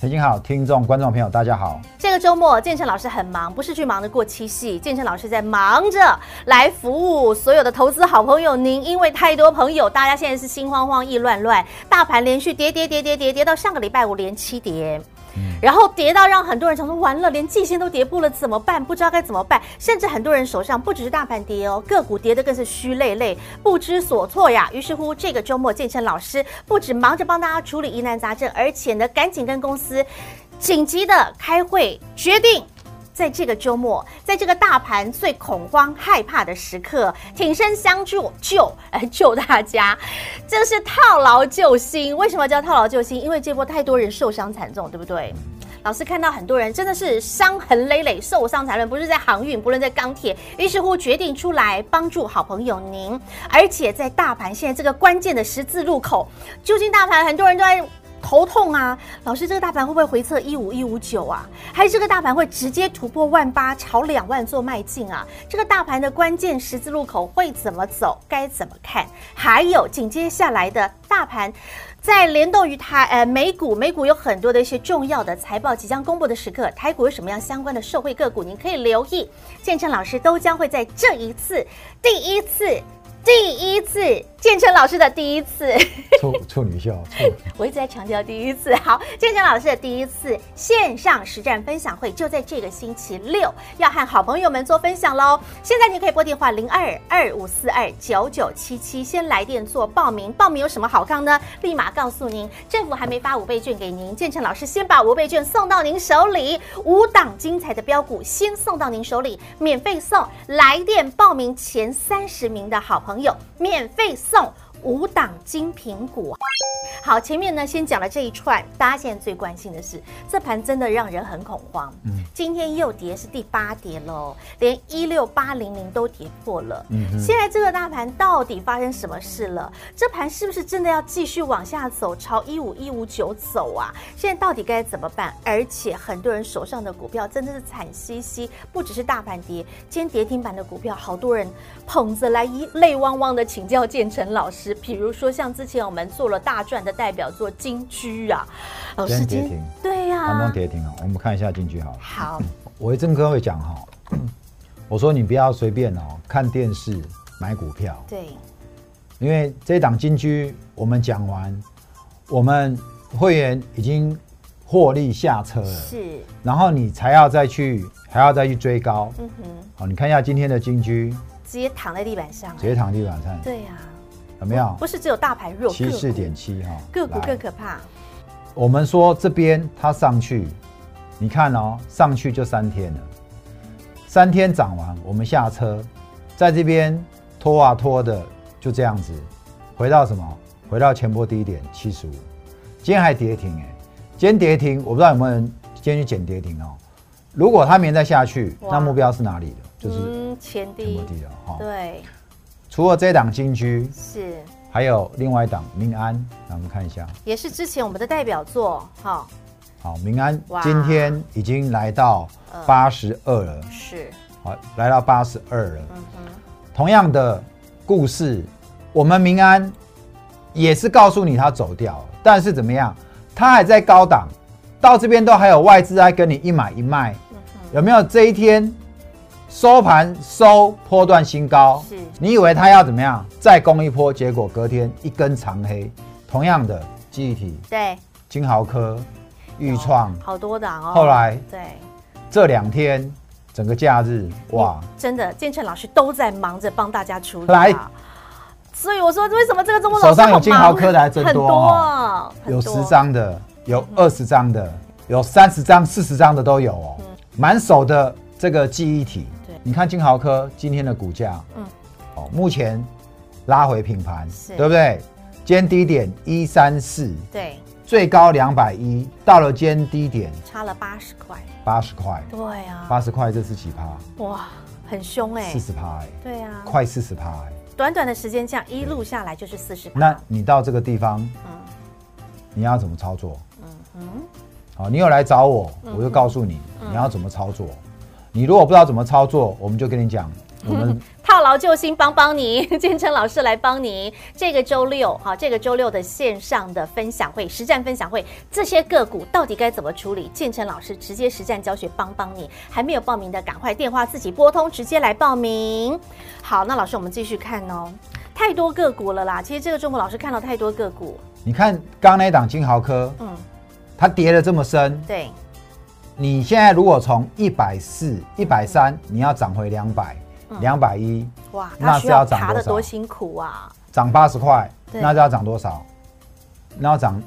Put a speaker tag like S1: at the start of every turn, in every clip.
S1: 陈金好，听众、观众朋友，大家 好。
S2: 这个周末，建成老师很忙，不是去忙着过七夕，建成老师在忙着来服务所有的投资好朋友您，因为太多朋友，大家现在是心慌慌、意乱乱，大盘连续跌跌跌跌跌跌到上个礼拜五连七跌。然后跌到让很多人想说完了，连季线都跌破了，怎么办？不知道该怎么办。甚至很多人手上不只是大盘跌哦，个股跌的更是虚累累，不知所措呀。于是乎，这个周末建成老师不止忙着帮大家处理疑难杂症，而且呢，赶紧跟公司紧急的开会决定。在这个周末，在这个大盘最恐慌害怕的时刻，挺身相助救来救大家，这是套牢救星。为什么叫套牢救星？因为这波太多人受伤惨重，对不对？老师看到很多人真的是伤痕累累、受伤惨重，不是在航运，不论在钢铁，于是乎决定出来帮助好朋友您，而且在大盘现在这个关键的十字路口，究竟大盘很多人都在头痛啊，老师，这个大盘会不会回测一五一五九啊？还是这个大盘会直接突破万八，朝两万做迈进啊？这个大盘的关键十字路口会怎么走？该怎么看？还有紧接下来的大盘，在联动于台呃美股，美股有很多的一些重要的财报即将公布的时刻，台股有什么样相关的受惠个股，您可以留意。建成老师都将会在这一次第一次。第一次，建成老师的第一次，
S1: 处处女秀，处
S2: 我一直在强调第一次。好，建成老师的第一次线上实战分享会就在这个星期六，要和好朋友们做分享喽。现在你可以拨电话零二二五四二九九七七，先来电做报名。报名有什么好康呢？立马告诉您，政府还没发五倍券给您，建成老师先把五倍券送到您手里，五档精彩的标股先送到您手里，免费送。来电报名前三十名的好朋友，免费送。五档精品股，啊好，前面呢先讲了这一串，大家现在最关心的是，这盘真的让人很恐慌。嗯，今天又跌是第八跌喽，连一六八零零都跌破了。嗯，现在这个大盘到底发生什么事了？这盘是不是真的要继续往下走，朝一五一五九走啊？现在到底该怎么办？而且很多人手上的股票真的是惨兮兮，不只是大盘跌，今天跌停板的股票，好多人捧着来一泪汪汪的请教建成老师。比如说像之前我们做了大赚的代表作金居啊，老师
S1: 今天跌停
S2: 对呀、
S1: 寒冬跌停哦。我们看一下进去好了。
S2: 好，
S1: 我跟各位讲哈、 我说你不要随便哦，看电视买股票，
S2: 对，
S1: 因为这档金居我们讲完，我们会员已经获利下车了，
S2: 是，
S1: 然后你才要再去还要再去追高。哦
S2: 嗯哼，
S1: 好，你看一下今天的金居
S2: 直接躺在地板上、啊
S1: 直接躺地板上，
S2: 对呀、
S1: 有没有
S2: 不？是只有大盘弱，
S1: 七四
S2: 个股
S1: 点七哈，
S2: 个股
S1: 来
S2: 更可怕，
S1: 我们说这边它上去，你看哦，上去就三天了，三天涨完，我们下车，在这边拖啊拖的，就这样子，回到什么？回到前波低点七十五，今天还跌停哎、今天跌停，我不知道有没有人今天去捡跌停哦。如果它明天再下去，
S2: 哇
S1: 那目标是哪里的？就是
S2: 嗯前
S1: 前波
S2: 低，
S1: 低了哈、哦。
S2: 对，
S1: 除了这档金居，
S2: 是，
S1: 还有另外一档民安，那我们看一下。
S2: 也是之前我们的代表作，哈、
S1: 好，民安
S2: 哇嗯
S1: 今天已经来到八十二了，
S2: 是，
S1: 好，来到八十二了。
S2: 嗯哼，
S1: 同样的故事，我们民安也是告诉你它走掉了，但是怎么样，它还在高档，到这边都还有外资在跟你一买一卖，
S2: 嗯哼，
S1: 有没有？这一天收盘收波段新高
S2: 是，
S1: 你以为它要怎么样再攻一波，结果隔天一根长黑。同样的，记忆体、
S2: 对，
S1: 金豪科、裕创。
S2: 好多档哦，
S1: 后来
S2: 对。
S1: 这两天整个假
S2: 嗯
S1: 日，哇，
S2: 真的，建成老师都在忙着帮大家处理、啊。
S1: 来
S2: 所以我说，为什么这个周末老师
S1: 手上有
S2: 好忙
S1: 金豪科的还真
S2: 很
S1: 多
S2: 多，
S1: 哦
S2: 很多嗯
S1: 有十，张的，有二十张的，有三十张、四十张的都有哦，满手的这个记忆体
S2: 嗯对。
S1: 你看金豪科今天的股价，
S2: 嗯
S1: 嗯，哦，目前拉回平盘
S2: 是，
S1: 对不对？今天低点一三四，
S2: 对，
S1: 最高两百一，到了今天低点
S2: 差了八十块。
S1: 八十块，
S2: 对啊，
S1: 八十块这是几趴？
S2: 哇，很凶哎、
S1: 四十趴欸，
S2: 对啊，
S1: 快四十趴欸。
S2: 短短的时间这样一路下来就是四十八。
S1: 那你到这个地方，
S2: 嗯
S1: 你要怎么操作？
S2: 嗯嗯，
S1: 好，你有来找我，我就告诉你你要怎么操作。你如果不知道怎么操作，我们就跟你讲，我们
S2: 套牢救星帮帮你， 建成老师来帮你。这个周六哈，这个周六的线上的分享会、实战分享会，这些个股到底该怎么处理？建成老师直接实战教学帮帮你。还没有报名的，赶快电话自己拨通，直接来报名。好，那老师我们继续看哦，太多个股了啦。其实这个周末老师看到太多个股，
S1: 你看刚刚那一档金豪科，
S2: 嗯，
S1: 它跌了这么深，
S2: 对，
S1: 你现在如果从一百四、一百三，你要涨回两百、
S2: 嗯
S1: 两百一，
S2: 哇，
S1: 那
S2: 他
S1: 是
S2: 需要
S1: 要涨
S2: 爬
S1: 多
S2: 的
S1: 少
S2: 多辛苦啊。
S1: 涨八十块，
S2: 对
S1: 那就要涨多少？那要涨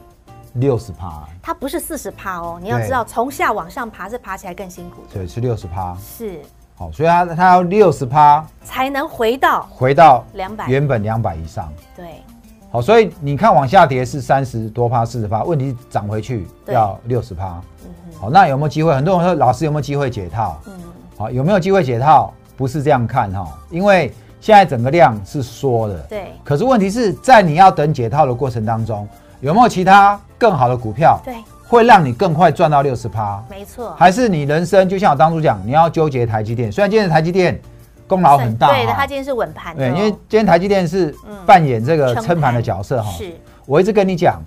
S1: 六十趴，
S2: 它不是四十趴哦，你要
S1: 对
S2: 知道，从下往上爬是爬起来更辛苦的，
S1: 对，是六十趴。
S2: 是
S1: 好，所以它它要六十趴
S2: 才能回到
S1: 回到
S2: 200
S1: 原本两百以上。
S2: 对
S1: 好，所以你看往下跌是三十多趴、四十趴，问题涨回去
S2: 对
S1: 要六十趴。好，那有没有机会？很多人说老师有没有机会解套？
S2: 嗯
S1: 好，有没有机会解套？不是这样看哈，因为现在整个量是缩的。
S2: 对
S1: 可是问题是在你要等解套的过程当中，有没有其他更好的股票？
S2: 对，
S1: 会让你更快赚到六十趴？
S2: 没错，
S1: 还是你人生就像我当初讲，你要纠结台积电？虽然今天的台积电功劳很大哈，
S2: 对的，它今天是稳盘的
S1: 对，
S2: 哦，
S1: 因为今天台积电是
S2: 嗯
S1: 扮演这个
S2: 撑
S1: 撑盘的
S2: 盘
S1: 角色哈。
S2: 是
S1: 我一直跟你讲，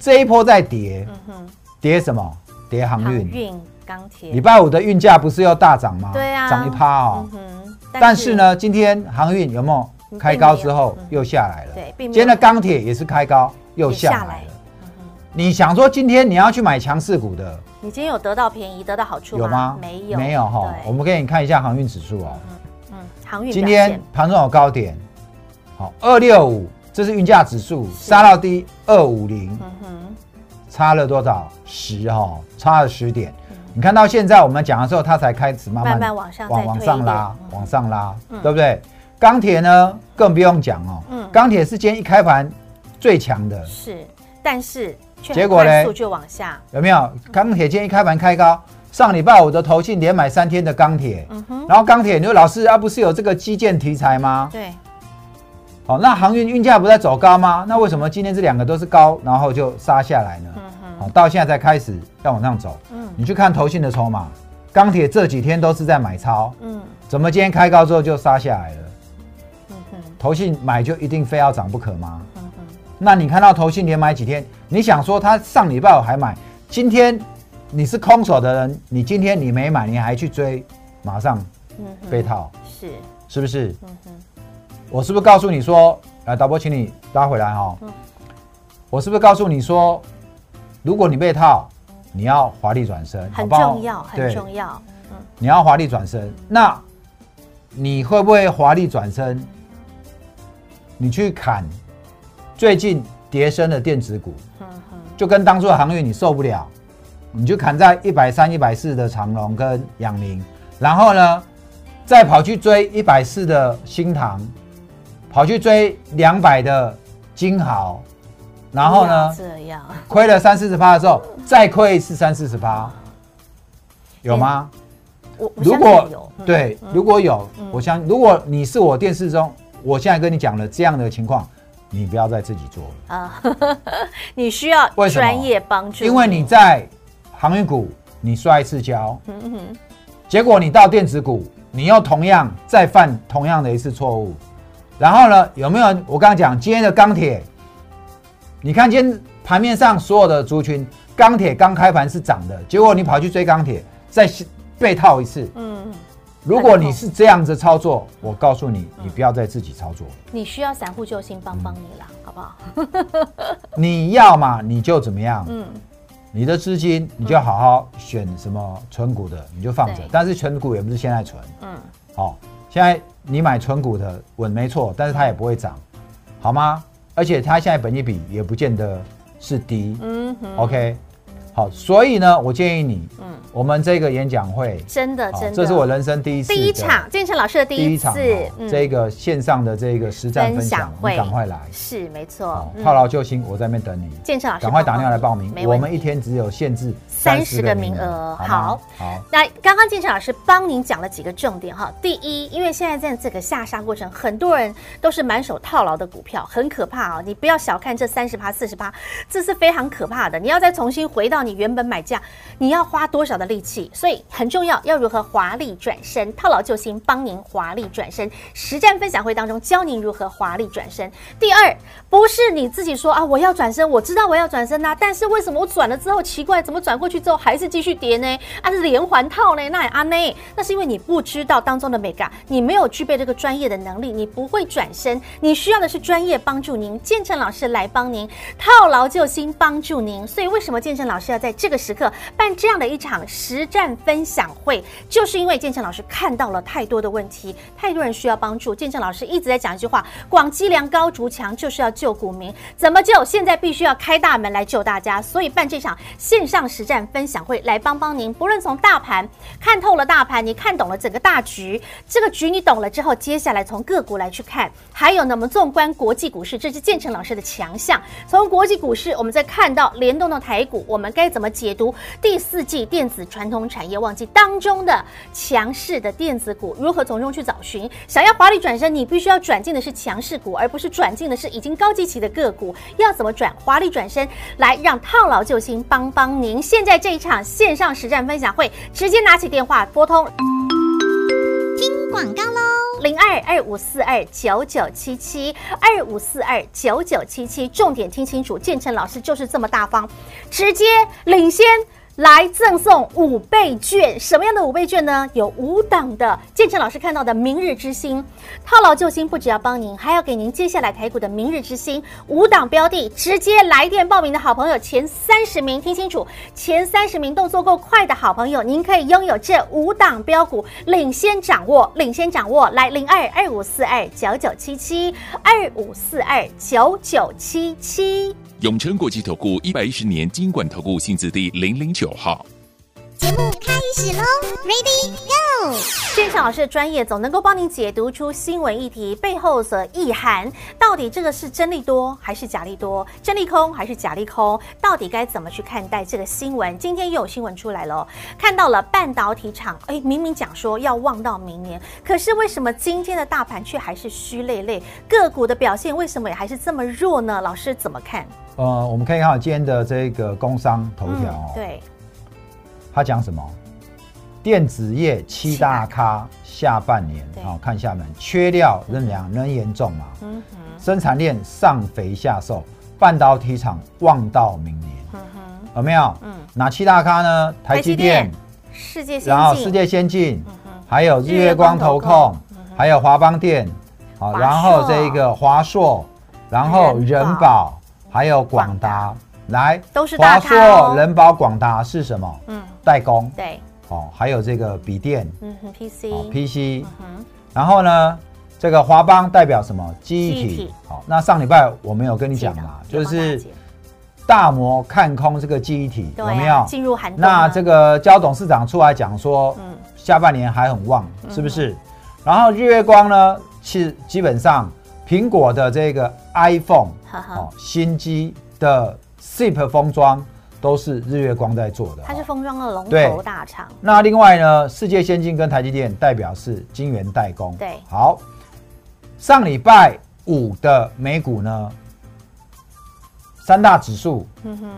S1: 这一波在跌，
S2: 嗯哼，
S1: 跌什么？跌航
S2: 航
S1: 运。
S2: 运钢铁
S1: 礼，拜五的运价不是又大涨吗？
S2: 对啊
S1: 涨一趴哦
S2: 嗯。哼，
S1: 但是，呢，今天航运有没有
S2: 嗯
S1: 开高之后
S2: 并没有嗯
S1: 又下来了？
S2: 对并没有
S1: 今天的钢铁也是开高又
S2: 也
S1: 下
S2: 下
S1: 来
S2: 来
S1: 了。你想说今天你要去买强势股的
S2: 嗯你今天有得到便宜，得到好处
S1: 有吗？
S2: 没有，
S1: 没有哈。
S2: 对
S1: 我们给你看一下航运指数哦。
S2: 嗯，航运
S1: 今
S2: 表
S1: 天
S2: 现
S1: 盘中有高点，好二六五，这是运价指数杀到低二五零，
S2: 嗯哼，
S1: 差了多少？十哈，差了十点。你看到现在我们讲的时候，它才开始慢
S2: 嗯
S1: 慢
S2: 慢慢往上再
S1: 往往
S2: 推一
S1: 上
S2: 点
S1: 拉，
S2: 嗯
S1: 往上拉，对不对？钢铁呢，更不用讲哦
S2: 嗯，
S1: 钢铁是今天一开盘最强的，
S2: 是，但是却
S1: 结
S2: 很
S1: 果嘞
S2: 快速就往下，
S1: 有没有？钢铁今天一开盘开高，上礼拜我的投信连买三天的钢铁，
S2: 嗯哼，
S1: 然后钢铁，你说老师啊，不是有这个基建题材吗？
S2: 对，
S1: 好，那航运运价不在走高吗？那为什么今天这两个都是高，然后就杀下来呢？
S2: 嗯哼，
S1: 好，到现在才开始要往上走。
S2: 嗯
S1: 你去看投信的筹码，钢铁这几天都是在买超，
S2: 嗯
S1: 怎么今天开高之后就杀下来了？
S2: 嗯哼，
S1: 投信买就一定非要涨不可吗？
S2: 嗯哼，
S1: 那你看到投信连买几天，你想说他上礼拜我还买，今天你是空手的人，你今天你没买，你还去追，马上
S2: 嗯哼，
S1: 被套，
S2: 是，
S1: 是不是？
S2: 嗯哼，
S1: 我是不是告诉你说，来导播，请你拉回来哈、
S2: 嗯
S1: 我是不是告诉你说，如果你被套，你要华丽转身，
S2: 很
S1: 好不好
S2: 重要，很
S1: 对
S2: 重要，
S1: 你要华丽转身，那你会不会华丽转身？你去砍最近跌升的电子股，
S2: 嗯哼，
S1: 就跟当初的航运你受不了，你就砍在一百三、一百四的长隆跟阳明，然后呢，再跑去追一百四的新塘，跑去追两百的金豪，然后呢
S2: 不要，这样。
S1: 亏了三四十趴的时候，再亏一次三四十趴，有吗？
S2: 我哎我
S1: 如
S2: 相
S1: 果
S2: 信有，嗯
S1: 对，
S2: 嗯
S1: 如果有
S2: 嗯，
S1: 我相信，如果你是我电视中，我现在跟你讲了这样的情况，你不要再自己做了，
S2: 啊， 你需要
S1: 为什么
S2: 专业帮助，
S1: 因为你在航运股你摔一次跤，
S2: 嗯哼
S1: 结果你到电子股，你又同样再犯同样的一次错误，然后呢，有没有？我刚刚讲今天的钢铁，你看今天盘面上所有的族群，钢铁刚开盘是涨的，结果你跑去追钢铁，再被套一次。
S2: 嗯，
S1: 如果你是这样子操作，我告诉你，你不要再自己操作了。
S2: 你需要散户救星帮帮你啦，
S1: 嗯
S2: 好不好？
S1: 你要嘛你就怎么样，
S2: 嗯，
S1: 你的资金你就好好选什么存股的，你就放着
S2: 对。
S1: 但是存股也不是现在存，
S2: 嗯，
S1: 哦，现在你买存股的稳没错，但是它也不会涨，好吗？而且它现在本益比也不见得是低、
S2: 嗯哼，
S1: o k 好，所以呢，我建议你，
S2: 嗯
S1: 嗯，我们这个演讲会，
S2: 真的
S1: 好
S2: 真的，
S1: 这是我人生第一次的
S2: 第一场建成老师的第
S1: 第一
S2: 一
S1: 场
S2: 次嗯
S1: 哈，这个线上的这个实战分
S2: 分
S1: 享，
S2: 享会
S1: 你赶快来，
S2: 是没
S1: 好
S2: 错，嗯
S1: 套牢救星，我在那边等你。
S2: 建成老师
S1: 赶快打电话来报名
S2: 啊没，
S1: 我
S2: 问
S1: 们
S2: 题
S1: 一天只有限制
S2: 30
S1: 30
S2: 个
S1: 个
S2: 名
S1: 名
S2: 额
S1: 额，吗
S2: 好
S1: 好，
S2: 那刚刚建成老师帮您讲了几个重点哈。第一，因为现在在这个下杀过程，很多人都是满手套牢的股票，很可怕哦。你不要小看这三十趴、四十趴，这是非常可怕的。你要再重新回到你原本买价，你要花多少的力气？所以很重要，要如何华丽转身，套牢救星帮您华丽转身。实战分享会当中教您如何华丽转身。第二，不是你自己说啊，我要转身，我知道我要转身呐、啊但是为什么我转了之后奇怪，怎么转过去之后还是继续跌呢？啊，是连环套呢？那也啊呢？那是因为你不知道当中的美感，你没有具备这个专业的能力，你不会转身，你需要的是专业帮助您，建成老师来帮您套牢救星，帮助您。所以为什么建成老师要在这个时刻办这样的一场实战分享会？就是因为建成老师看到了太多的问题，太多人需要帮助。建成老师一直在讲一句话：广积粮，高筑墙，就是要救股民。怎么救？现在必须要开大门来救大家。所以办这场线上实战分享会，来帮帮您。不论从大盘看透了大盘，你看懂了整个大局，这个局你懂了之后，接下来从个股来去看。还有呢，我们纵观国际股市，这是建成老师的强项。从国际股市，我们再看到联动的台股，我们该怎么解读第四季电子传统产业旺季当中的强势的电子股，如何从中去找寻？想要华丽转身，你必须要转进的是强势股，而不是转进的是已经高基期的个股。要怎么转华丽转身，来让套牢救星帮帮您？现在这一场线上实战分享会，直接拿起电话拨通
S3: 广告喽。
S2: 零二二五四二九九七七二五四二九九七七，重点听清楚，建成老师就是这么大方，直接领先。来赠送五倍券，什么样的五倍券呢？有五档的，建成老师看到的明日之星，套牢救星不只要帮您，还要给您接下来台股的明日之星五档标的，直接来电报名的好朋友前三十名，听清楚，前三十名动作够快的好朋友，您可以拥有这五档标股，领先掌握，领先掌握。来零二二五四二九九七七二五四二九九七七。
S4: 永诚国际投顾一百一十年金管投顾新字第零零九号，
S3: 节目开始喽，Ready Go！
S2: 现场老师的专业总能够帮您解读出新闻议题背后所意涵，到底这个是真利多还是假利多，真利空还是假利空，到底该怎么去看待这个新闻？今天又有新闻出来了哦，看到了半导体厂，哎，明明讲说要望到明年，可是为什么今天的大盘却还是虚累累，个股的表现为什么也还是这么弱呢？老师怎么看？
S1: 呃，我们可以看到今天的这个工商头条哦，，
S2: 嗯对，
S1: 他讲什么？电子业七大咖下半年
S2: 对
S1: 啊、看下面缺料仍然仍严重嘛，
S2: 嗯哼，
S1: 生产链上肥下瘦，半导体厂望到明年，
S2: 嗯哼，
S1: 有没有？
S2: 嗯
S1: 哪七大咖呢？台积电，
S2: 世界先进，
S1: 然后世界先进，
S2: 嗯哼，
S1: 还有日月光投
S2: 日月光嗯
S1: 控，还有华邦电，好，
S2: 华硕
S1: 然后这一个华硕，然后
S2: 人
S1: 人
S2: 保
S1: 保，还有广达，来，
S2: 都是大
S1: 华
S2: 咖哦
S1: 硕、人保、广达是什么？
S2: 嗯，
S1: 代工
S2: 对，
S1: 哦，还有这个笔电
S2: 嗯哼，PC，
S1: 哦
S2: 嗯
S1: ，PC，
S2: 哼，
S1: 然后呢，这个华邦代表什么？记忆
S2: 记忆体
S1: 体。好，那上礼拜我们有跟你讲嘛，
S2: 记得
S1: 就
S2: 有帮大家
S1: 是
S2: 解
S1: 大摩看空这个记忆体，有
S2: 对
S1: 没
S2: 啊
S1: 有？
S2: 进入寒冬了？
S1: 那这个焦董事长出来讲说，
S2: 嗯
S1: 下半年还很旺，是不是？然后日月光呢，是基本上苹果的这个 iPhone
S2: 呵呵
S1: 哦，新机的 SIP 封装都是日月光在做的、
S2: 它是
S1: 哦
S2: 封装的龙头
S1: 对
S2: 大厂，
S1: 那另外呢，世界先进跟台积电代表是晶圆代工。
S2: 对
S1: 好，上礼拜五的美股呢，三大指数
S2: 嗯哼，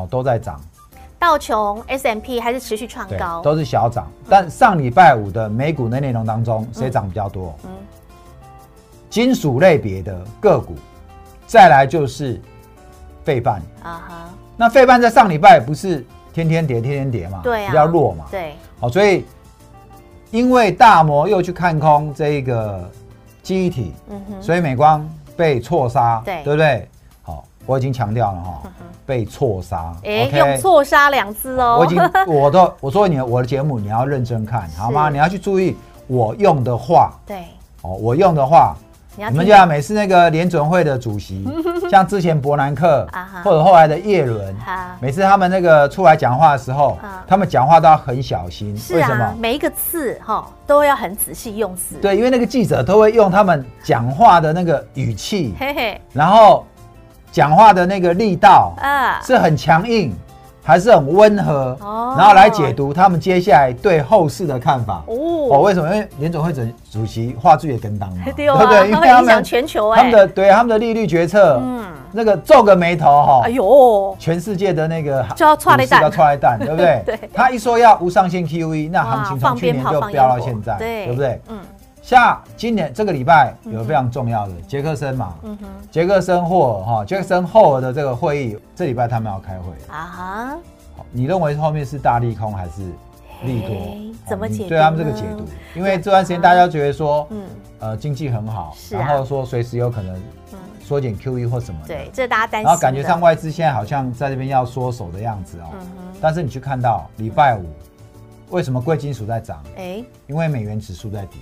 S1: 哦都在涨。
S2: 道琼 S M P 还是持续创
S1: 对
S2: 高，，
S1: 都是小涨。但上礼拜五的美股的内容当中，谁涨比较多？
S2: 嗯
S1: 金属类别的个股，再来就是费半。
S2: 啊
S1: 那费半在上礼拜不是天天跌，天天跌嘛，
S2: 对啊
S1: 比较弱嘛
S2: 哈，。对，
S1: 好、所以因为大摩又去看空这个记忆体，
S2: 嗯哼，
S1: 所以美光被错杀，
S2: 对
S1: 不对？好、我已经强调了哈、
S2: 嗯哼
S1: 被错杀。
S2: 哎，
S1: OK
S2: 用错杀两字哦，
S1: 我已经我都我说你我的节目你要认真看好吗？
S2: 是
S1: 你要去注意我用的话
S2: 对，
S1: 哦，我用的话
S2: 你要
S1: 你们
S2: 听
S1: 就像每次那个联准会的主 席，像之前伯南克
S2: 啊哈
S1: 或者后来的耶伦
S2: 啊，
S1: 每次他们那个出来讲话的时候
S2: 啊，
S1: 他们讲话都要很小心，
S2: 是
S1: 为什
S2: 啊
S1: 么，？
S2: 每一个字哈都要很仔细用词。，
S1: 对，因为那个记者都会用他们讲话的那个语气，
S2: 嘿嘿
S1: 然后讲话的那个力道
S2: 啊，
S1: 是很强硬，还是很温和，
S2: 哦
S1: 然后来解读他们接下来对后市的看法。哦，
S2: 哦，
S1: 为什么？因为联总会主主席话剧也跟当嘛，
S2: 对哦啊
S1: 不对？因
S2: 他
S1: 为
S2: 会
S1: 他
S2: 影响
S1: 们
S2: 全球
S1: 他
S2: 哎
S1: 们。的对他们的利率决策，
S2: 嗯
S1: 那个皱个眉头哈、
S2: 哎呦，
S1: 全世界的那个
S2: 就要踹了一蛋
S1: 股市要踹了 一蛋，对不对？
S2: 对
S1: 他一说要无上限 QE，那行情
S2: 哇放
S1: 从去
S2: 鞭
S1: 年
S2: 炮
S1: 就
S2: 放
S1: 飙到
S2: 烟火
S1: 现在，
S2: 对
S1: 不对？
S2: 嗯
S1: 下今年这个礼拜有非常重要的杰克森嘛，
S2: 嗯哼
S1: 杰克森霍尔哈，杰克森霍尔的这个会议，这礼拜他们要开会。
S2: 啊哈，
S1: 好你认为后面是大利空还是利多
S2: 嘿？
S1: 好
S2: 怎么
S1: 你
S2: 解
S1: 对
S2: 读
S1: 他们这个解
S2: 呢
S1: 读，因为这段时间大家觉得说，
S2: 嗯
S1: 呃，经济很好，
S2: 是啊嗯
S1: 然后说随时有可能缩减 QE 或什么的，
S2: 对，这大家担心的。
S1: 嗯然后感觉上外资现在好像在这边要缩手的样子哦。
S2: 嗯哼
S1: 但是你去看到礼拜五，为什么贵金属在涨？
S2: 哎
S1: 因为美元指数在跌。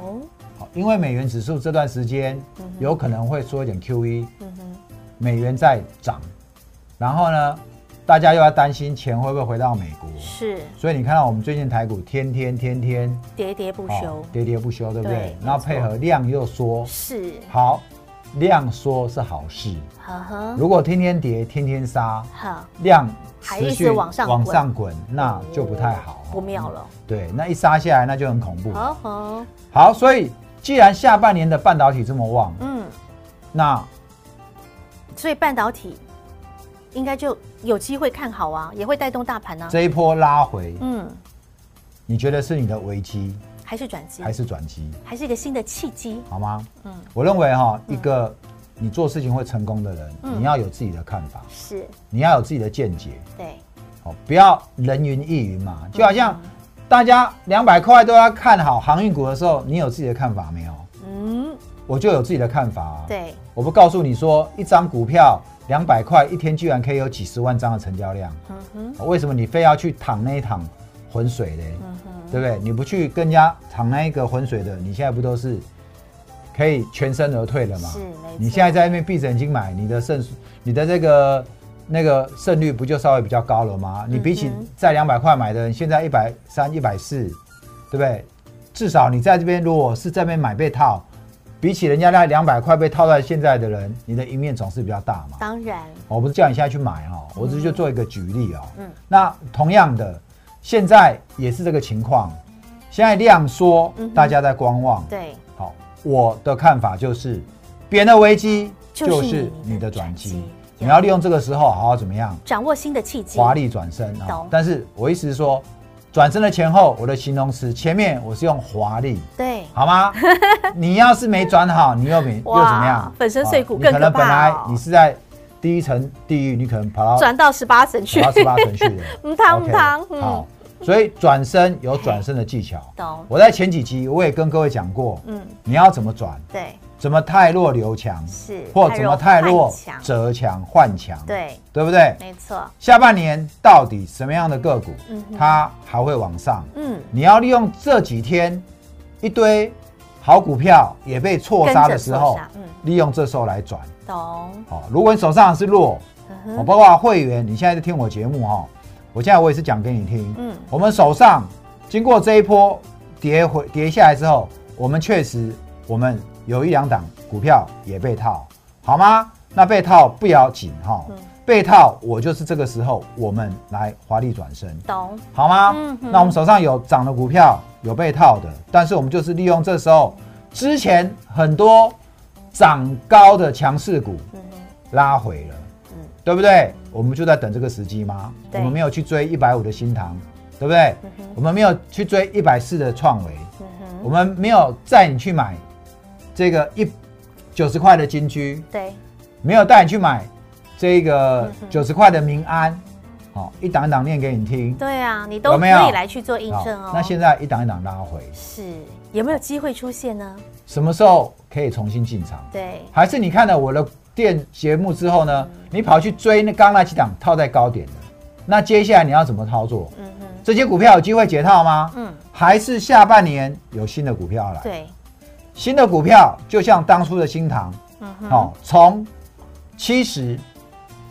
S2: 哦，
S1: 好，因为美元指数这段时间有可能会缩一点 QE，
S2: 嗯哼，
S1: 美元在涨，然后呢，大家又要担心钱会不会回到美国。
S2: 是
S1: 所以你看到我们最近台股天天天天
S2: 喋喋不
S1: 哦
S2: 休，
S1: 喋喋不休，对不
S2: 对
S1: 对
S2: 没？
S1: 然后配合量又缩，
S2: 是，
S1: 好，量缩是好事。
S2: 呵呵，
S1: 如果天天跌，天天杀，
S2: 好，
S1: 量
S2: 还
S1: 持
S2: 一
S1: 续
S2: 直往上
S1: 往
S2: 滚哦
S1: 上滚，那就不太好、
S2: 不妙了。
S1: 对，那一杀下来那就很恐怖。
S2: 好好，
S1: 好，所以既然下半年的半导体这么旺，
S2: 嗯，
S1: 那
S2: 所以半导体应该就有机会看好啊，也会带动大盘啊。
S1: 这一波拉回，
S2: 嗯，
S1: 你觉得是你的危机
S2: 还是转机，
S1: 还是转机？
S2: 还是一个新的契机。
S1: 好吗？
S2: 嗯
S1: 我认为哈、一个你做事情会成功的人，
S2: 嗯
S1: 你要有自己的看法，
S2: 是，
S1: 你要有自己的见解，
S2: 对，
S1: 哦，不要人云亦云嘛。
S2: 嗯
S1: 就好像大家两百块都要看好航运股的时候，你有自己的看法没有？
S2: 嗯，
S1: 我就有自己的看法啊。，
S2: 对，
S1: 我不告诉你说，一张股票两百块，一天居然可以有几十万张的成交量，
S2: 嗯嗯哼，
S1: 为什么你非要去淌那一趟浑水嘞？对不对？你不去跟人家淌那一个浑水的，你现在不都是可以全身而退了吗？
S2: 是没
S1: 你
S2: 错
S1: 现在在那边闭着眼睛买，你的胜，你的这个那个胜率不就稍微比较高了吗？你比起
S2: 嗯哼
S1: 在两百块买的人，现在一百三、一百四，对不对？至少你在这边，如果是这边买被套，比起人家那两百块被套在现在的人，你的赢面总是比较大嘛。
S2: 当然，
S1: 我不是叫你现在去买哦，我只是就做一个举例哦。
S2: 嗯
S1: 那同样的，现在也是这个情况，现在量缩
S2: 嗯，哼
S1: 大家在观望。
S2: 对，
S1: 好，我的看法就是，别人的危机
S2: 就是
S1: 就是
S2: 你
S1: 你
S2: 的
S1: 的
S2: 转
S1: 转
S2: 机
S1: 机，
S2: Yeah
S1: 你要利用这个时候好好怎么样，
S2: 掌握新的契机，
S1: 华丽转身啊、
S2: 懂
S1: 但是我意思是说，转身的前后，我的形容词前面我是用华丽。
S2: 对，
S1: 好吗？你要是没转好，你又没又怎
S2: 哇
S1: 么样？
S2: 粉身碎骨
S1: 啊
S2: 更
S1: 你可
S2: 可
S1: 能
S2: 怕
S1: 本来
S2: 哦
S1: 你是在第一层地狱，你可能跑到
S2: 转到十八省去。
S1: 跑，到十八层去了
S2: 嗯汤
S1: OK，
S2: 嗯汤嗯
S1: 好，所以转身有转身的技巧。
S2: 懂
S1: 我在前几集我也跟各位讲过，
S2: 嗯，
S1: 你要怎么转，
S2: 对，
S1: 怎么太弱留强，
S2: 是，
S1: 或怎么太弱
S2: 换强
S1: 折强换强，
S2: 对，
S1: 对不对？
S2: 没错，
S1: 下半年到底什么样的个股
S2: 嗯哼
S1: 它还会往上？
S2: 嗯，
S1: 你要利用这几天一堆好股票也被错杀的时候
S2: 跟着错杀嗯，
S1: 利用这时候来转。
S2: 懂，
S1: 好，如果你手上的是弱，
S2: 嗯
S1: 哦，
S2: 哼，
S1: 包括会员，你现在在听我节目哈、哦，我现在我也是讲给你听。
S2: 嗯
S1: 我们手上经过这一波跌回跌下来之后，我们确实我们有一两档股票也被套，好吗？那被套不要紧哈、
S2: 嗯
S1: 被套我就是这个时候我们来华丽转身。
S2: 懂，
S1: 好吗？
S2: 嗯哼
S1: 那我们手上有涨的股票，有被套的，但是我们就是利用这时候之前很多涨高的强势股
S2: 嗯哼，
S1: 拉回了，
S2: 嗯
S1: 对不对？我们就在等这个时机吗？我
S2: 对
S1: 们没有去追一百五的新塘，对不对？
S2: 嗯哼
S1: 我们没有去追一百四的创维，
S2: 嗯
S1: 我
S2: 哼，
S1: 们没有带你去买这个一九十块的金居，
S2: 对，
S1: 没有带你去买这个
S2: 嗯哼
S1: 九十块的民安，好、一档一档念给你听。
S2: 对啊，你都
S1: 有
S2: 可
S1: 没有
S2: 以来去做印
S1: 好
S2: 证哦。
S1: 那现在一档一档拉回，
S2: 是有没有机会出现呢？
S1: 什么时候可以重新进场？
S2: 对，
S1: 还是你看了我的电节目之后呢，你跑去追那刚那几档套在高点的，那接下来你要怎么操作？
S2: 嗯哼，
S1: 这些股票有机会解套吗？
S2: 嗯，
S1: 还是下半年有新的股票来？
S2: 对，
S1: 新的股票就像当初的新塘，
S2: 嗯哼，
S1: 哦，从七十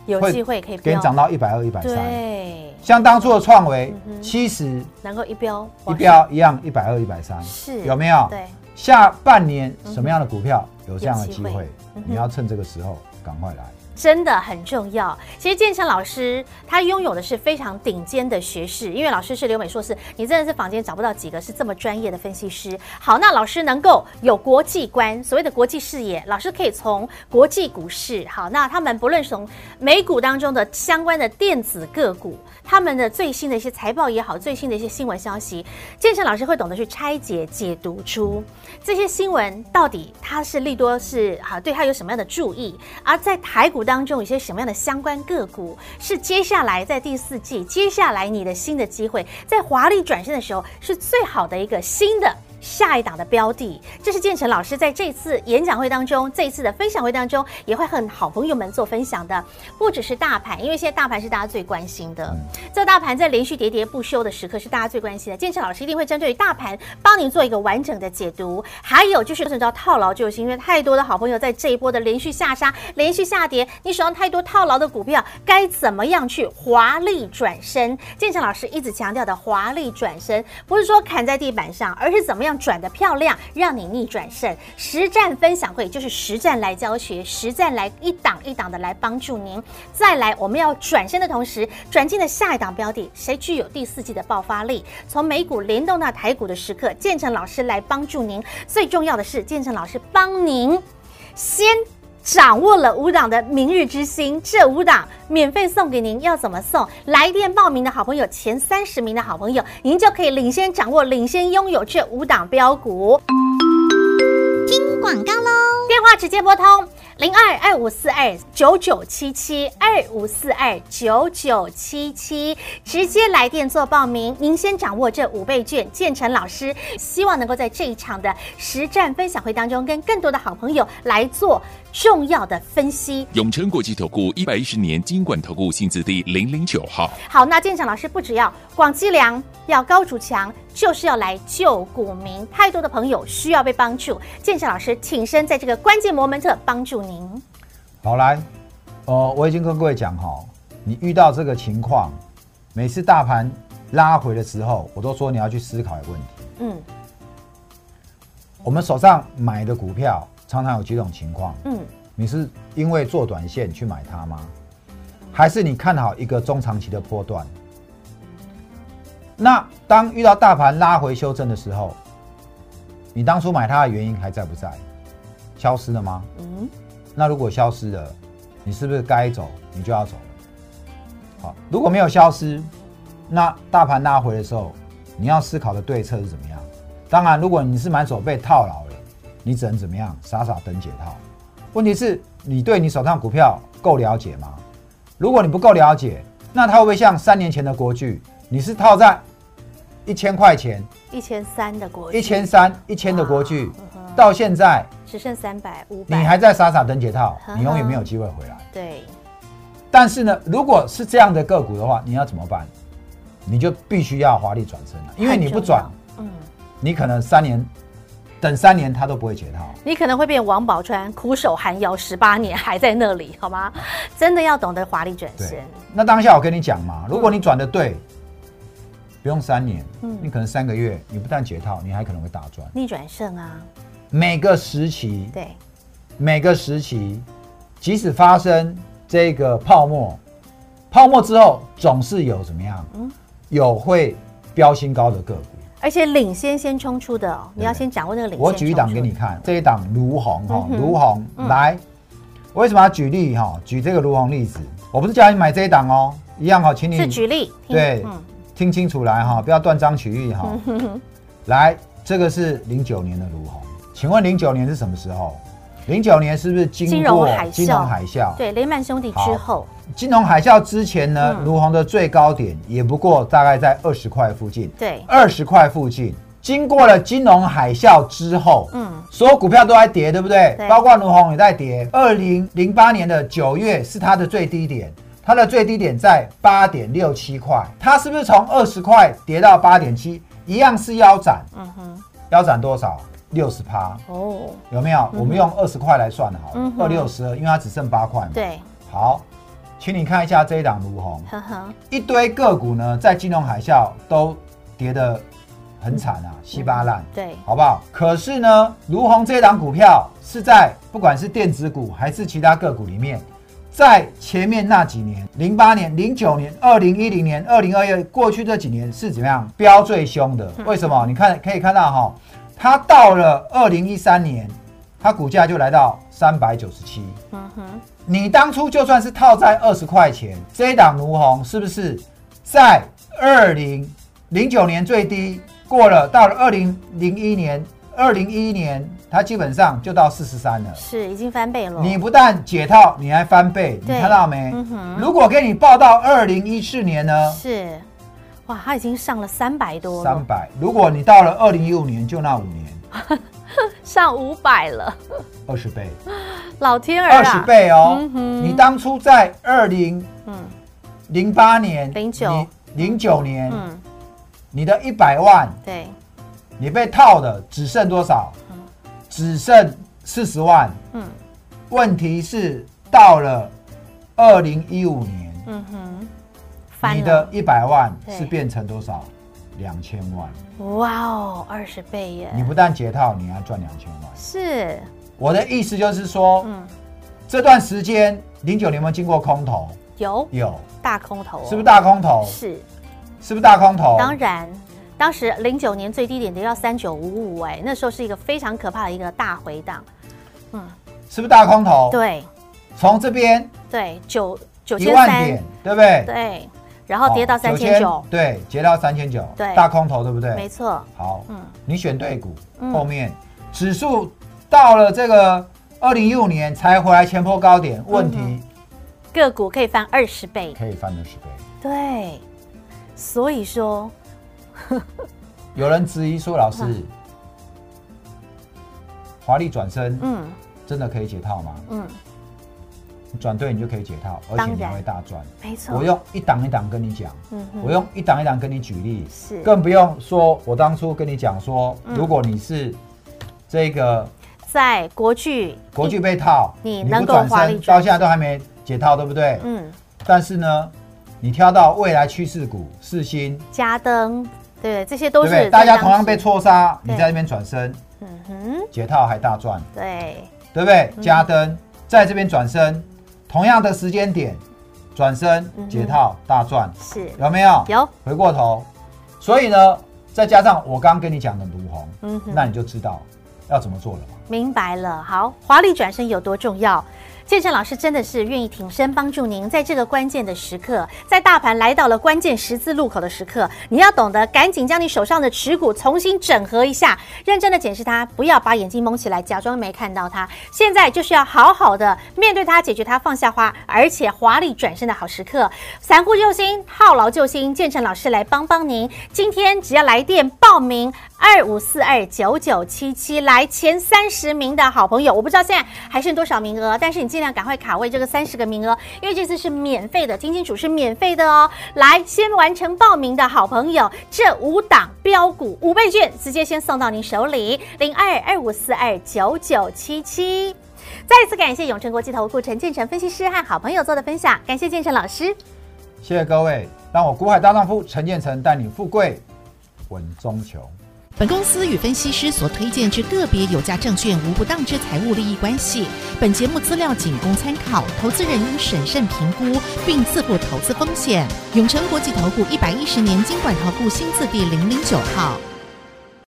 S2: 有
S1: 会
S2: 机会可以
S1: 给你
S2: 飙，
S1: 涨到一百二、一百三，
S2: 对，
S1: 像当初的创维
S2: 嗯哼
S1: 七十
S2: 能够一标
S1: 一
S2: 往上
S1: 标一样一百二、一百三，
S2: 是
S1: 有没有？
S2: 对，
S1: 下半年什么样的股票有这样的机
S2: 有机会
S1: 会
S2: 嗯？哼
S1: 你要趁这个时候赶快来。
S2: 真的很重要。其实建成老师他拥有的是非常顶尖的学士，因为老师是留美硕士，你真的是坊间找不到几个是这么专业的分析师。好，那老师能够有国际观，所谓的国际视野，老师可以从国际股市，好，那他们不论从美股当中的相关的电子个股，他们的最新的一些财报也好，最新的一些新闻消息，建成老师会懂得去拆解、解读出这些新闻到底它是利多是哈、对它有什么样的注意，而在台股当中有些什么样的相关个股是接下来在第四季，接下来你的新的机会，在华丽转身的时候是最好的一个新的。下一档的标的，这是建成老师在这次演讲会当中，这一次的分享会当中，也会和好朋友们做分享的。不只是大盘，因为现在大盘是大家最关心的。这大盘在连续喋喋不休的时刻是大家最关心的。建成老师一定会针对于大盘帮您做一个完整的解读。还有就是，你知道套牢救星，因为太多的好朋友在这一波的连续下杀、连续下跌，你手上太多套牢的股票，该怎么样去华丽转身？建成老师一直强调的华丽转身，不是说砍在地板上，而是怎么样转的漂亮，让你逆转胜。实战分享会就是实战来教学，实战来一档一档的来帮助您。再来，我们要转身的同时，转进的下一档标的，谁具有第四季的爆发力？从美股联动到台股的时刻，建成老师来帮助您。最重要的是，建成老师帮您先。掌握了五档的明日之星，这五档免费送给您，要怎么送？来电报名的好朋友，前三十名的好朋友，您就可以领先掌握、领先拥有这五档标股。
S3: 听广告喽！
S2: 电话直接拨通零二二五四二九九七七二五四二九九七七，直接来电做报名。您先掌握这五倍券，建成老师希望能够在这一场的实战分享会当中，跟更多的好朋友来做重要的分析。
S4: 永诚国际投顾一百一十年金管投顾性质第零零九号。
S2: 好，那建成老师不只要广积粮，要高筑墙，就是要来救股民。太多的朋友需要被帮助，建成老师挺身在这个关键 moment 帮助您。
S1: 好来，呃，我已经跟各位讲哈，你遇到这个情况，每次大盘拉回的时候，我都说你要去思考一个问题。
S2: 嗯
S1: 我们手上买的股票常常有几种情况，
S2: 嗯。
S1: 你是因为做短线去买它吗？还是你看好一个中长期的波段？那当遇到大盘拉回修正的时候，你当初买它的原因还在不在？消失了吗？
S2: 嗯
S1: 那如果消失了，你是不是该走你就要走了？好，如果没有消失，那大盘拉回的时候，你要思考的对策是怎么样？当然，如果你是满手被套牢了，你只能怎么样？傻傻等解套。问题是你对你手上股票够了解吗？如果你不够了解，那它会不会像三年前的国巨，你是套在一千块钱、
S2: 一千三的国际，
S1: 一千三、一千的国巨
S2: 哇嗯哼，
S1: 到现在
S2: 只剩三百五
S1: 你
S2: 百，
S1: 还在傻傻等解套
S2: 呵，呵
S1: 你永远没有机会回来。
S2: 对，
S1: 但是呢，如果是这样的个股的话，你要怎么办？你就必须要华丽转身了，因为你不转
S2: 很，重要，嗯，
S1: 你可能三年等三年它都不会解套。
S2: 你可能会变王宝钏，苦守寒窑十八年还在那里，好吗？真的要懂得华丽转
S1: 对
S2: 身，，
S1: 那当下我跟你讲
S2: 嗯
S1: 嘛，如果你转的对，不用三年，
S2: 嗯
S1: 你可能三个月，你不但解套，你还可能会大赚。
S2: 逆转胜啊，
S1: 每个时期，
S2: 对，
S1: 每个时期，即使发生这个泡沫，泡沫之后总是有怎么样？
S2: 嗯
S1: 有会飙新高的个股。
S2: 而且领先先冲出的哦，你要
S1: 对
S2: 先掌握那个领先。
S1: 我举一档给你，看，这一档卢红哈，
S2: 嗯哼
S1: 卢红来，我为什么要举例哈？举这个卢红例子，我不是叫你买这一档哦，一样哈，请
S2: 是
S1: 你
S2: 举例，听
S1: 对
S2: 嗯，
S1: 听清楚来哈，不要断章取 义哈。来，这个是零九年的卢红，请问零九年是什么时候？零九年是不是
S2: 金
S1: 经
S2: 融
S1: 过
S2: 海啸
S1: 金融海啸？
S2: 对，雷曼兄弟之
S1: 好
S2: 后，
S1: 金融海啸之前呢，
S2: 嗯
S1: 卢红的最高点也不过大概在二十块附近。
S2: 对，
S1: 二十块附近。经过了金融海啸之后，
S2: 嗯
S1: 嗯，所有股票都在跌，对不对？
S2: 对
S1: 包括卢红也在跌。二零零八年的九月是它的最低点，它的最低点在八点六七块，它是不是从二十块跌到八点七，一样是腰斩？
S2: 嗯哼，
S1: 腰斩多少？六十趴，
S2: 哦，
S1: 有没有？我们用二十块来算好了
S2: 嗯，哼
S1: 二六十二，因为它只剩八块嘛。，
S2: 对，
S1: 好，请你看一下这一档如虹，
S2: 呵呵，
S1: 一堆个股呢，在金融海啸都跌得很惨啊，稀巴烂。
S2: 对，
S1: 好不好？可是呢，如虹这档股票是在不管是电子股还是其他个股里面，在前面那几年，零八年、零九年、二零一零年、二零二一过去这几年是怎么样飙最凶的？为什么？你看可以看到哈、它到了二零一三年，它股价就来到三百九十七。
S2: 嗯哼，
S1: 你当初就算是套在二十块钱，这一档如虹是不是在二零零九年最低过了，到了二零零一年、二零一一年，它基本上就到四十三了。
S2: 是已经翻倍了。
S1: 你不但解套，你还翻倍，你
S2: 哦对
S1: 看到没？
S2: 嗯哼
S1: 如果给你报到二零一四年呢？
S2: 是，哇，它已经上了三百多
S1: 三
S2: 了，
S1: 百。如果你到了二零一五年，就那五年，
S2: 上五百了，
S1: 二十倍，
S2: 老天儿啊，
S1: 二十，倍哦。
S2: 嗯哼
S1: 你当初在二零
S2: 嗯
S1: 零八年、
S2: 09
S1: 零九年，
S2: 嗯，
S1: 你的一百万，
S2: 对，
S1: 你被套的只剩多少？只剩四十万。
S2: 嗯
S1: 问题是到了二零一五年，
S2: 嗯哼，翻
S1: 你
S2: 了
S1: 的，一百万
S2: 对
S1: 是变成多少？两千万。
S2: 哇哦，二十倍
S1: 你
S2: 耶，
S1: 不但解套，你还赚两千万。
S2: 是，
S1: 我的意思就是说，
S2: 嗯，
S1: 这段时间零九年有没有经过空头？
S2: 有
S1: 有，
S2: 大空头哦，
S1: 是不是大空头？哦
S2: 是，
S1: 是不是大空头？
S2: 当然。当时零九年最低点跌到三九五五，哎，那时候是一个非常可怕的一个大回档。
S1: 是不是大空头？，
S2: 对
S1: 从这边
S2: 对，九九
S1: 哦一
S2: 千
S1: 万
S2: 三
S1: 点，，对不对？
S2: 对，然后跌到
S1: 哦
S2: 三千九
S1: 9000，对，跌到三千九，
S2: 对
S1: 大空头，对不对？
S2: 没错，
S1: 好，
S2: 嗯
S1: 你选对股，
S2: 嗯
S1: 后面指数到了这个二零一五年才回来前波高
S2: 嗯
S1: 点，问题
S2: 个股可以翻二十倍，
S1: 可以翻二十倍。
S2: 对，所以说
S1: 有人质疑说，老师，
S2: 嗯
S1: 华丽转身
S2: 嗯
S1: 真的可以解套吗？
S2: 嗯，
S1: 你转对你就可以解套，而
S2: 当
S1: 且你
S2: 然
S1: 还会大赚。
S2: 没错，
S1: 我用一档一档跟你讲，
S2: 嗯哼
S1: 我用一档一档跟你举例，
S2: 是
S1: 更不用说我当初跟你讲说，
S2: 嗯
S1: 如果你是这个
S2: 在国巨，
S1: 国际被套，
S2: 你
S1: 不
S2: 能够
S1: 转
S2: 华
S1: 身
S2: 丽转
S1: 到现在都还没解套，对不对？
S2: 嗯，
S1: 但是呢，你挑到未来趋势股四星，
S2: 嘉登，对，这些
S1: 对
S2: 都
S1: 不
S2: 是
S1: 对？
S2: 在
S1: 大家
S2: 当
S1: 同样
S2: 时
S1: 被，错杀，你
S2: 对
S1: 在这边转身
S2: 嗯哼，
S1: 解套还大赚，
S2: 对，
S1: 对不对？
S2: 嗯
S1: 加登在这边转身，同样的时间点转身
S2: 嗯哼
S1: 解套大赚，
S2: 是
S1: 有没有？
S2: 有，
S1: 回过头，所以呢，再加上我刚跟你讲的卢红，
S2: 嗯哼
S1: 那你就知道要怎么做了嘛。
S2: 明白了，好，华丽转身有多重要？建成老师真的是愿意挺身帮助您，在这个关键的时刻，在大盘来到了关键十字路口的时刻，你要懂得赶紧将你手上的持股重新整合一下，认真的检视它，不要把眼睛蒙起来，假装没看到它。现在就是要好好的面对它，解决它，放下花，而且华丽转身的好时刻。散户救星，套牢救星，建成老师来帮帮您。今天只要来电报名二五四二九九七七，来前三十名的好朋友，我不知道现在还剩多少名额，但是你尽量赶快卡位这个三十个名额，因为这次是免费的，听清楚是免费的哦。来，先完成报名的好朋友，这五档标股五倍券直接先送到您手里，零二二五四二九九七七。再次感谢永诚国际投顾陈建成分析师和好朋友做的分享，感谢建成老师。
S1: 谢谢各位，让我股海大丈夫陈建成带你富贵稳中求。
S5: 本公司与分析师所推荐之个别有价证券无不当之财务利益关系。本节目资料仅供参考，投资人应审慎评估并自负投资风险。永诚国际投顾一百一十年经管投顾新字第零零九号。